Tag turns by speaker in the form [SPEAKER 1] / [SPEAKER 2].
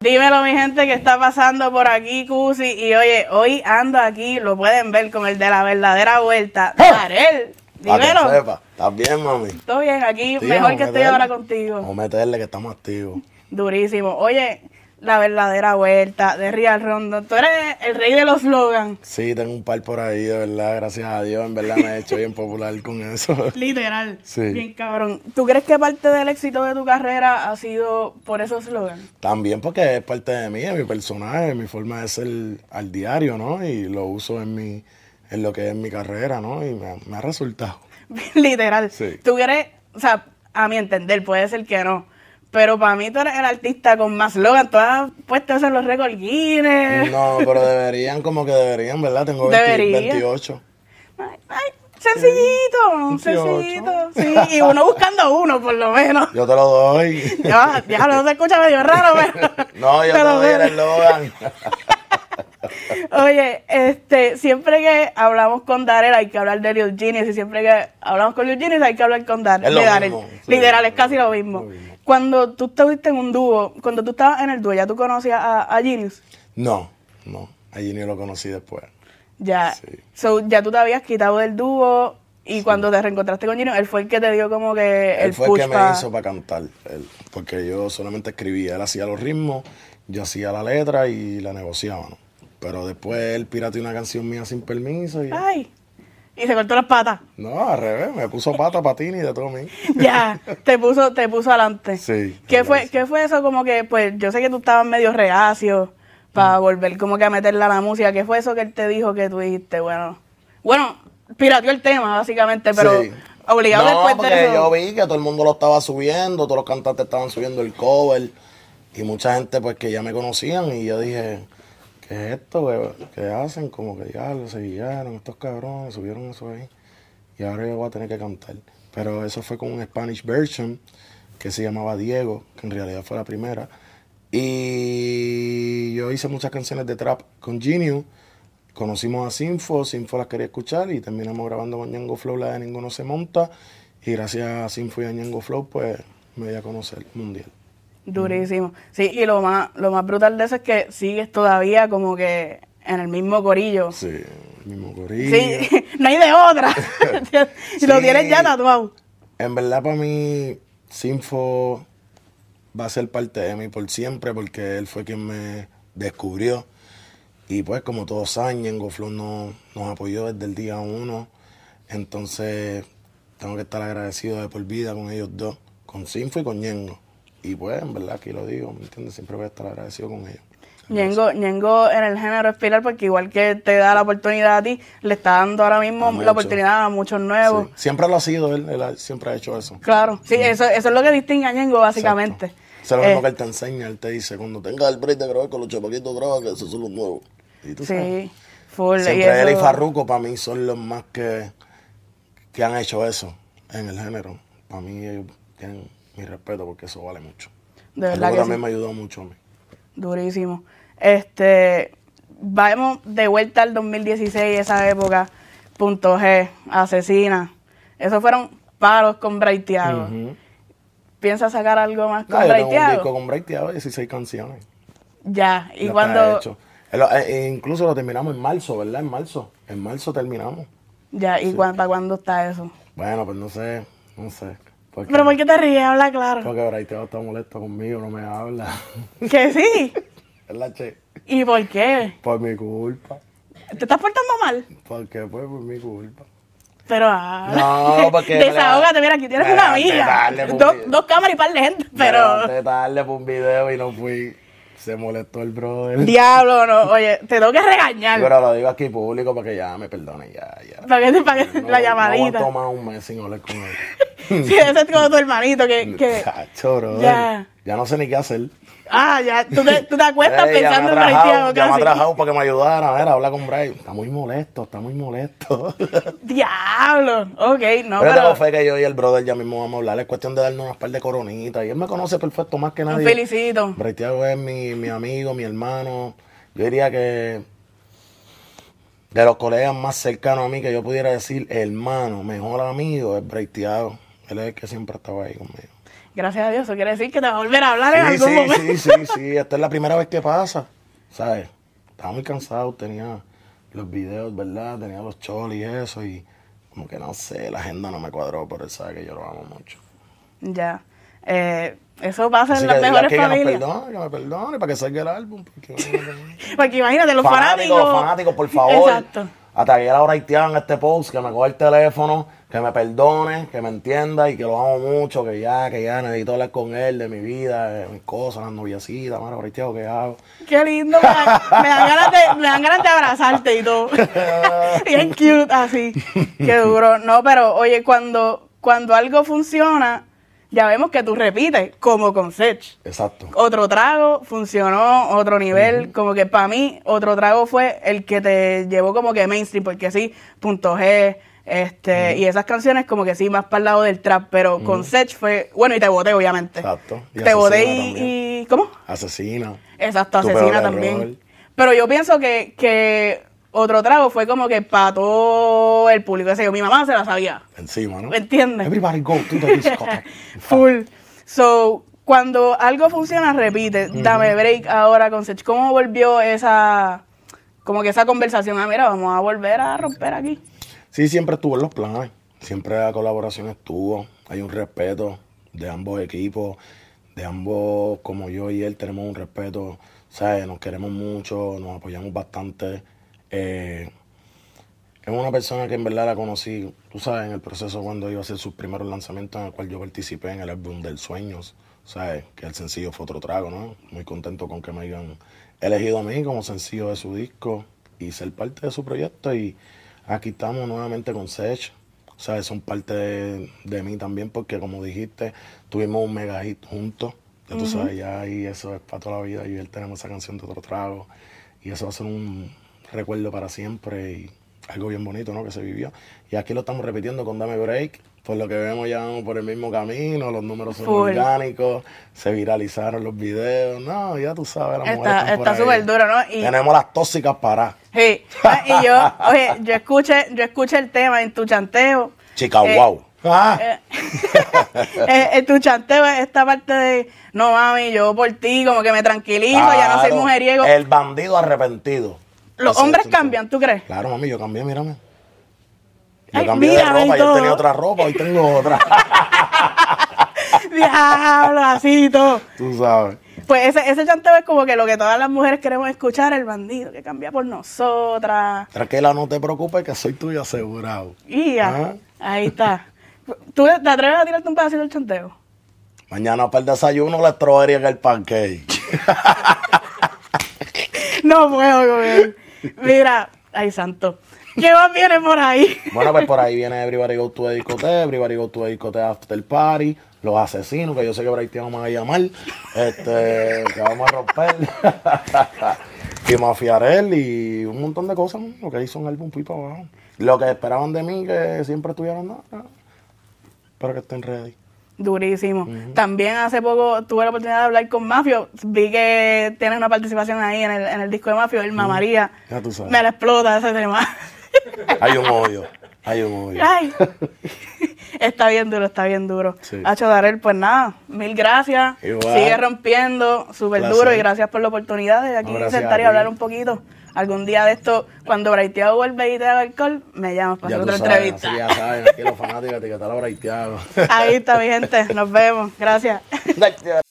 [SPEAKER 1] Dímelo, mi gente, que está pasando por aquí, Cusi. Y oye, hoy ando aquí, lo pueden ver con el de la verdadera vuelta, Darel.
[SPEAKER 2] Para que
[SPEAKER 1] Dímelo.
[SPEAKER 2] sepa. ¿Estás bien, mami?
[SPEAKER 1] Todo bien aquí,
[SPEAKER 2] Sí,
[SPEAKER 1] mejor
[SPEAKER 2] vamos
[SPEAKER 1] que estoy
[SPEAKER 2] a meterle.
[SPEAKER 1] ahora contigo.
[SPEAKER 2] Vamos a meterle que estamos activos.
[SPEAKER 1] Durísimo. Oye, la verdadera vuelta de Real Rondo. Tú eres el rey de los slogans.
[SPEAKER 2] Sí, tengo un par por ahí, de verdad, gracias a Dios. En verdad me he hecho bien popular con eso.
[SPEAKER 1] Literal.
[SPEAKER 2] Sí.
[SPEAKER 1] Bien cabrón. ¿Tú crees que parte del éxito de tu carrera ha sido por esos slogans?
[SPEAKER 2] También porque es parte de mí, de mi personaje, de mi forma de ser al diario, ¿no? Y lo uso en mi, en lo que es mi carrera, ¿no? Y me, ha- me ha resultado.
[SPEAKER 1] Literal.
[SPEAKER 2] Sí.
[SPEAKER 1] Tú eres, o sea, a mi entender, puede ser que no. Pero para mí tú eres el artista con más logan. Tú has puesto eso en los récords Guinness.
[SPEAKER 2] No, pero deberían, como que deberían, ¿verdad? Tengo 20
[SPEAKER 1] Debería.
[SPEAKER 2] 28.
[SPEAKER 1] Ay, ay, sencillito,
[SPEAKER 2] 28.
[SPEAKER 1] sencillito. Sí, y uno buscando uno, por lo menos.
[SPEAKER 2] Yo te lo doy.
[SPEAKER 1] Ya, ya no se escucha medio raro, pero.
[SPEAKER 2] No, yo te
[SPEAKER 1] pero
[SPEAKER 2] doy el
[SPEAKER 1] bueno.
[SPEAKER 2] eslogan.
[SPEAKER 1] Oye, este, siempre que hablamos con Darel hay que hablar de Lil Genius y siempre que hablamos con Lil Genius hay que hablar con Darel.
[SPEAKER 2] Es lo
[SPEAKER 1] de Darel.
[SPEAKER 2] mismo, sí.
[SPEAKER 1] Literal, es casi lo mismo.
[SPEAKER 2] Lo mismo.
[SPEAKER 1] Cuando tú estuviste en un dúo, cuando tú estabas en el dúo, ya tú conocías a, a Genius.
[SPEAKER 2] No, no. Allí ni lo conocí después.
[SPEAKER 1] Ya,
[SPEAKER 2] Sí.
[SPEAKER 1] so, ya tú te habías quitado del dúo y cuando te reencontraste con Genius, él fue el que te dio como que el
[SPEAKER 2] Él fue el
[SPEAKER 1] push
[SPEAKER 2] que me
[SPEAKER 1] pa-
[SPEAKER 2] hizo para cantar, él, porque yo solamente escribía, él hacía los ritmos, yo hacía la letra y la negociaba, ¿no? Pero después él pirateó una canción mía sin permiso y...
[SPEAKER 1] Ay, y se cortó las patas.
[SPEAKER 2] No, al revés, me puso pata, patín y de todo a mí.
[SPEAKER 1] Ya, te puso, te puso adelante.
[SPEAKER 2] Sí,
[SPEAKER 1] ¿Qué
[SPEAKER 2] lo
[SPEAKER 1] fue,
[SPEAKER 2] hice.
[SPEAKER 1] ¿Qué fue eso? Como que, pues, yo sé que tú estabas medio reacio para
[SPEAKER 2] Mm.
[SPEAKER 1] volver como que a meterla a la música. ¿Qué fue eso que él te dijo que tú dijiste? Bueno, bueno, pirateó el tema, básicamente, pero
[SPEAKER 2] Sí.
[SPEAKER 1] obligado
[SPEAKER 2] no,
[SPEAKER 1] después
[SPEAKER 2] porque
[SPEAKER 1] de eso.
[SPEAKER 2] yo vi que todo el mundo lo estaba subiendo, todos los cantantes estaban subiendo el cover y mucha gente pues que ya me conocían y yo dije, ¿qué es esto? que hacen? Como que ya lo siguieron, estos cabrones subieron eso ahí y ahora yo voy a tener que cantar. Pero eso fue con un Spanish version que se llamaba Diego, que en realidad fue la primera. Y yo hice muchas canciones de trap con Genius. Conocimos a Sinfo, Sinfo las quería escuchar y terminamos grabando con Ñengo Flow, la de Ninguno se monta. Y gracias a Sinfo y a Ñengo Flow, pues me voy a conocer mundial.
[SPEAKER 1] Durísimo. Sí, y lo más, lo más brutal de eso es que sigues todavía como que en el mismo corillo.
[SPEAKER 2] Sí, el mismo corillo.
[SPEAKER 1] Sí, no hay de otra. y lo
[SPEAKER 2] Sí.
[SPEAKER 1] tienes ya tatuado.
[SPEAKER 2] En verdad, para mí, Sinfo va a ser parte de mí por siempre, porque él fue quien me descubrió. Y pues, como todos saben, Ñengo Flow no- nos apoyó desde el día uno. Entonces, tengo que estar agradecido de por vida con ellos dos, con Sinfo y con Ñengo. Y pues, en verdad, aquí lo digo, ¿me entiendes? Siempre voy a estar agradecido con ellos.
[SPEAKER 1] Ñengo, Ñengo en el género es pilar porque igual que te da la oportunidad a ti, le está dando ahora mismo
[SPEAKER 2] A muchos.
[SPEAKER 1] la oportunidad a muchos nuevos.
[SPEAKER 2] Sí. Siempre lo ha sido, él, él ha- siempre ha hecho eso.
[SPEAKER 1] Claro, sí, eso, eso es lo que distingue a Ñengo básicamente.
[SPEAKER 2] Exacto. Eso es lo mismo
[SPEAKER 1] Eh,
[SPEAKER 2] que él te enseña, él te dice, cuando tengas el break de grabar con los chapaquitos, graba que esos son los nuevos. Y tú sabes.
[SPEAKER 1] Sí, full. y
[SPEAKER 2] Siempre
[SPEAKER 1] eso-
[SPEAKER 2] él y Farruko para mí son los más que, que han hecho eso en el género. Para mí ellos tienen mi respeto porque eso vale mucho.
[SPEAKER 1] De verdad
[SPEAKER 2] Farruko
[SPEAKER 1] que
[SPEAKER 2] también
[SPEAKER 1] sí.
[SPEAKER 2] me ayudó mucho a mí.
[SPEAKER 1] Durísimo. Este, vamos de vuelta al 2016, esa época, punto G, asesina. Esos fueron palos con Braithiago.
[SPEAKER 2] Ujú.
[SPEAKER 1] ¿Piensas sacar algo más con
[SPEAKER 2] No, yo tengo un
[SPEAKER 1] Braithiago?
[SPEAKER 2] disco con Break Thiago, 16 canciones.
[SPEAKER 1] Ya, y
[SPEAKER 2] Ya está
[SPEAKER 1] cuando...
[SPEAKER 2] hecho. Él lo- eh, eh, incluso lo terminamos en marzo, ¿verdad? En marzo. En marzo terminamos.
[SPEAKER 1] Ya, ¿y cuán- para cuándo está eso?
[SPEAKER 2] Bueno, pues no sé, no sé. Pues Porque,
[SPEAKER 1] Pero ¿por qué te ríes? Habla claro.
[SPEAKER 2] porque Break Thiago está molesto conmigo, no me habla.
[SPEAKER 1] Que sí.
[SPEAKER 2] ¿Verdad, che?
[SPEAKER 1] ¿Y por qué?
[SPEAKER 2] Por mi culpa.
[SPEAKER 1] ¿Te estás portando mal?
[SPEAKER 2] Porque fue por mi culpa.
[SPEAKER 1] Pero ah,
[SPEAKER 2] No, porque me
[SPEAKER 1] Desahógate,
[SPEAKER 2] levanté-
[SPEAKER 1] mira, aquí tienes
[SPEAKER 2] me
[SPEAKER 1] una
[SPEAKER 2] levanté
[SPEAKER 1] amiga.
[SPEAKER 2] tarde,
[SPEAKER 1] Dos,
[SPEAKER 2] porque-
[SPEAKER 1] dos cámaras y par de gente, pero.
[SPEAKER 2] Te darle por un video y no fui. Se molestó el brother.
[SPEAKER 1] Diablo, no. Oye, te tengo que regañar.
[SPEAKER 2] Pero lo digo aquí público para que ya me perdone, ya, ya.
[SPEAKER 1] para que, para que la
[SPEAKER 2] No
[SPEAKER 1] llamadita.
[SPEAKER 2] aguanto más un mes sin hablar con él.
[SPEAKER 1] sí, ese es como tu hermanito que. que-
[SPEAKER 2] Chacho, brother.
[SPEAKER 1] Ya.
[SPEAKER 2] Ya. no sé ni qué hacer.
[SPEAKER 1] ah, ya. Tú te, tú te acuestas
[SPEAKER 2] Ey, ya me
[SPEAKER 1] pensando
[SPEAKER 2] ha
[SPEAKER 1] en
[SPEAKER 2] trajado,
[SPEAKER 1] Braithiago
[SPEAKER 2] ya me ha
[SPEAKER 1] casi.
[SPEAKER 2] trajado para que me ayudara. A ver, habla con Bray. Está muy molesto, está muy molesto.
[SPEAKER 1] Diablo. Ok, no,
[SPEAKER 2] pero
[SPEAKER 1] pero.
[SPEAKER 2] tengo fe que yo y el brother ya mismo vamos a hablar. Es cuestión de darnos unas par de coronitas. Y él me conoce perfecto más que
[SPEAKER 1] Un
[SPEAKER 2] nadie.
[SPEAKER 1] felicito.
[SPEAKER 2] Breitiago es mi, mi amigo, mi hermano. Yo diría que de los colegas más cercanos a mí que yo pudiera decir hermano, mejor amigo, es Breitiago. Él es el que siempre estaba ahí conmigo.
[SPEAKER 1] Gracias a Dios, eso quiere decir que te va a volver a hablar en
[SPEAKER 2] Sí,
[SPEAKER 1] algún
[SPEAKER 2] sí,
[SPEAKER 1] momento.
[SPEAKER 2] sí, sí, sí, esta es la primera vez que pasa, ¿sabes? Estaba muy cansado, tenía los videos, ¿verdad? Tenía los cholis y eso, y como que no sé, la agenda no me cuadró, pero él sabe que yo lo amo mucho.
[SPEAKER 1] Ya. Eh, eso pasa
[SPEAKER 2] Así
[SPEAKER 1] en las
[SPEAKER 2] que,
[SPEAKER 1] mejores
[SPEAKER 2] que me
[SPEAKER 1] familias.
[SPEAKER 2] perdone, que me perdone, para que salga el álbum. Porque,
[SPEAKER 1] Porque imagínate, los fanáticos.
[SPEAKER 2] fanáticos, fanáticos, por favor.
[SPEAKER 1] Exacto.
[SPEAKER 2] Ataqué a la hora haitiana en este post, que me coja el teléfono, que me perdone, que me entienda y que lo amo mucho, que ya, que ya necesito hablar con él de mi vida, de mis cosas, las noviecitas, mano, haitiano, ¿qué hago?
[SPEAKER 1] Qué lindo. Me dan, me dan ganas, de, me dan ganas de abrazarte y todo. Bien cute, así. Qué duro. No, pero oye, cuando, cuando algo funciona, ya vemos que tú repites, como con Sech.
[SPEAKER 2] Exacto.
[SPEAKER 1] Otro trago funcionó, otro nivel. Como que para mí, otro trago fue el que te llevó como que mainstream, porque sí, punto G. Este, Y esas canciones como que sí, más para el lado del trap, pero con Sech fue, bueno, y te boté obviamente.
[SPEAKER 2] Exacto. Y
[SPEAKER 1] te boté
[SPEAKER 2] Asesina
[SPEAKER 1] y-
[SPEAKER 2] también.
[SPEAKER 1] y, ¿cómo?
[SPEAKER 2] Asesina.
[SPEAKER 1] Exacto,
[SPEAKER 2] Tu peor
[SPEAKER 1] asesina
[SPEAKER 2] error.
[SPEAKER 1] también. Pero yo pienso que, que otro trago fue como que para todo el público. Ese, yo, mi mamá se la sabía.
[SPEAKER 2] Encima, ¿no?
[SPEAKER 1] ¿Me entiendes?
[SPEAKER 2] Everybody go to the discotheque.
[SPEAKER 1] Full. So, cuando algo funciona, repite. Dame break ahora con Sech. ¿Cómo volvió esa, como que esa conversación? Ah, mira, vamos a volver a romper aquí.
[SPEAKER 2] Sí, siempre estuvo en los planes. Siempre la colaboración estuvo. Hay un respeto de ambos equipos, de ambos, como yo y él, tenemos un respeto. ¿Sabes? Nos queremos mucho, nos apoyamos bastante. Eh, es una persona que en verdad la conocí, tú sabes, en el proceso cuando iba a hacer sus primeros lanzamientos, en el cual yo participé en el álbum del Sueños, ¿sabes? Que el sencillo fue otro trago, ¿no? Muy contento con que me hayan elegido a mí como sencillo de su disco y ser parte de su proyecto. Y aquí estamos nuevamente con Sech, ¿sabes? Son parte de, de mí también, porque como dijiste, tuvimos un mega hit juntos. Ya tú sabes, ya ahí eso es para toda la vida. Y él tenemos esa canción de otro trago. Y eso va a ser un recuerdo para siempre. Y algo bien bonito, ¿no? Que se vivió. Y aquí lo estamos repitiendo con Dame Break. Por lo que vemos ya vamos por el mismo camino, los números son
[SPEAKER 1] Full.
[SPEAKER 2] orgánicos, se viralizaron los videos, no, ya tú sabes, las mujeres
[SPEAKER 1] Está-
[SPEAKER 2] están por
[SPEAKER 1] está
[SPEAKER 2] ahí.
[SPEAKER 1] súper duro, ¿no? Y-
[SPEAKER 2] Tenemos las tóxicas para
[SPEAKER 1] Sí. Ah, Y yo, oye, yo escuché, yo escuché el tema en tu chanteo.
[SPEAKER 2] chica
[SPEAKER 1] Eh,
[SPEAKER 2] wow. Ah,
[SPEAKER 1] Eh, eh, eh, tu chanteo es esta parte de no mami, yo por ti, como que me tranquilizo, ya no soy
[SPEAKER 2] claro,
[SPEAKER 1] mujeriego.
[SPEAKER 2] El bandido arrepentido.
[SPEAKER 1] Los
[SPEAKER 2] Así es,
[SPEAKER 1] hombres
[SPEAKER 2] entonces.
[SPEAKER 1] cambian, ¿tú crees?
[SPEAKER 2] Claro, mami, yo cambié, mírame. Yo
[SPEAKER 1] Ay,
[SPEAKER 2] cambié
[SPEAKER 1] mira,
[SPEAKER 2] de
[SPEAKER 1] ven
[SPEAKER 2] ropa, yo
[SPEAKER 1] todo.
[SPEAKER 2] tenía otra ropa, hoy tengo otra.
[SPEAKER 1] Diablo, así y todo.
[SPEAKER 2] tú sabes.
[SPEAKER 1] Pues ese, ese chanteo es como que lo que todas las mujeres queremos escuchar, el bandido que cambia por nosotras.
[SPEAKER 2] Tranquila, no te preocupes que soy tuyo asegurado.
[SPEAKER 1] Y ya,
[SPEAKER 2] Ajá.
[SPEAKER 1] ahí está. ¿Tú te atreves a tirarte un pedacito del chanteo?
[SPEAKER 2] Mañana para el desayuno la estrobería en el pancake.
[SPEAKER 1] No puedo con él. Mira, ay santo. ¿Qué más viene por ahí?
[SPEAKER 2] Bueno, pues por ahí viene Everybody Go to the Discoteca, Everybody Go to the Discoteca After Party, Los Asesinos, que yo sé que por ahí te vamos a llamar, este, que vamos a romper, y Mafiarel y un montón de cosas, man, lo que hizo un álbum pipa abajo. Lo que esperaban de mí, que siempre estuvieron nada, pero que estén ready.
[SPEAKER 1] Durísimo. También hace poco tuve la oportunidad de hablar con Mafio. Vi que tienes una participación ahí en el, en el disco de Mafio, el Mamaría.
[SPEAKER 2] Ya tú sabes.
[SPEAKER 1] Me la explota ese tema.
[SPEAKER 2] Hay un odio, hay un odio.
[SPEAKER 1] Ay. está bien duro, está bien duro.
[SPEAKER 2] Sí.
[SPEAKER 1] Hacho Darel, pues nada, mil gracias.
[SPEAKER 2] Igual.
[SPEAKER 1] Sigue rompiendo, súper
[SPEAKER 2] Placer.
[SPEAKER 1] duro y gracias por la oportunidad de aquí
[SPEAKER 2] No, gracias
[SPEAKER 1] sentar y
[SPEAKER 2] a ti.
[SPEAKER 1] hablar un poquito. Algún día de esto, cuando Braiteado vuelve y te haga alcohol, me llamas para
[SPEAKER 2] Ya
[SPEAKER 1] hacer
[SPEAKER 2] tú
[SPEAKER 1] otra
[SPEAKER 2] sabes,
[SPEAKER 1] entrevista.
[SPEAKER 2] así ya saben, aquí los fanáticos, etiquetar ahora y te hago.
[SPEAKER 1] Ahí está mi gente, nos vemos, gracias.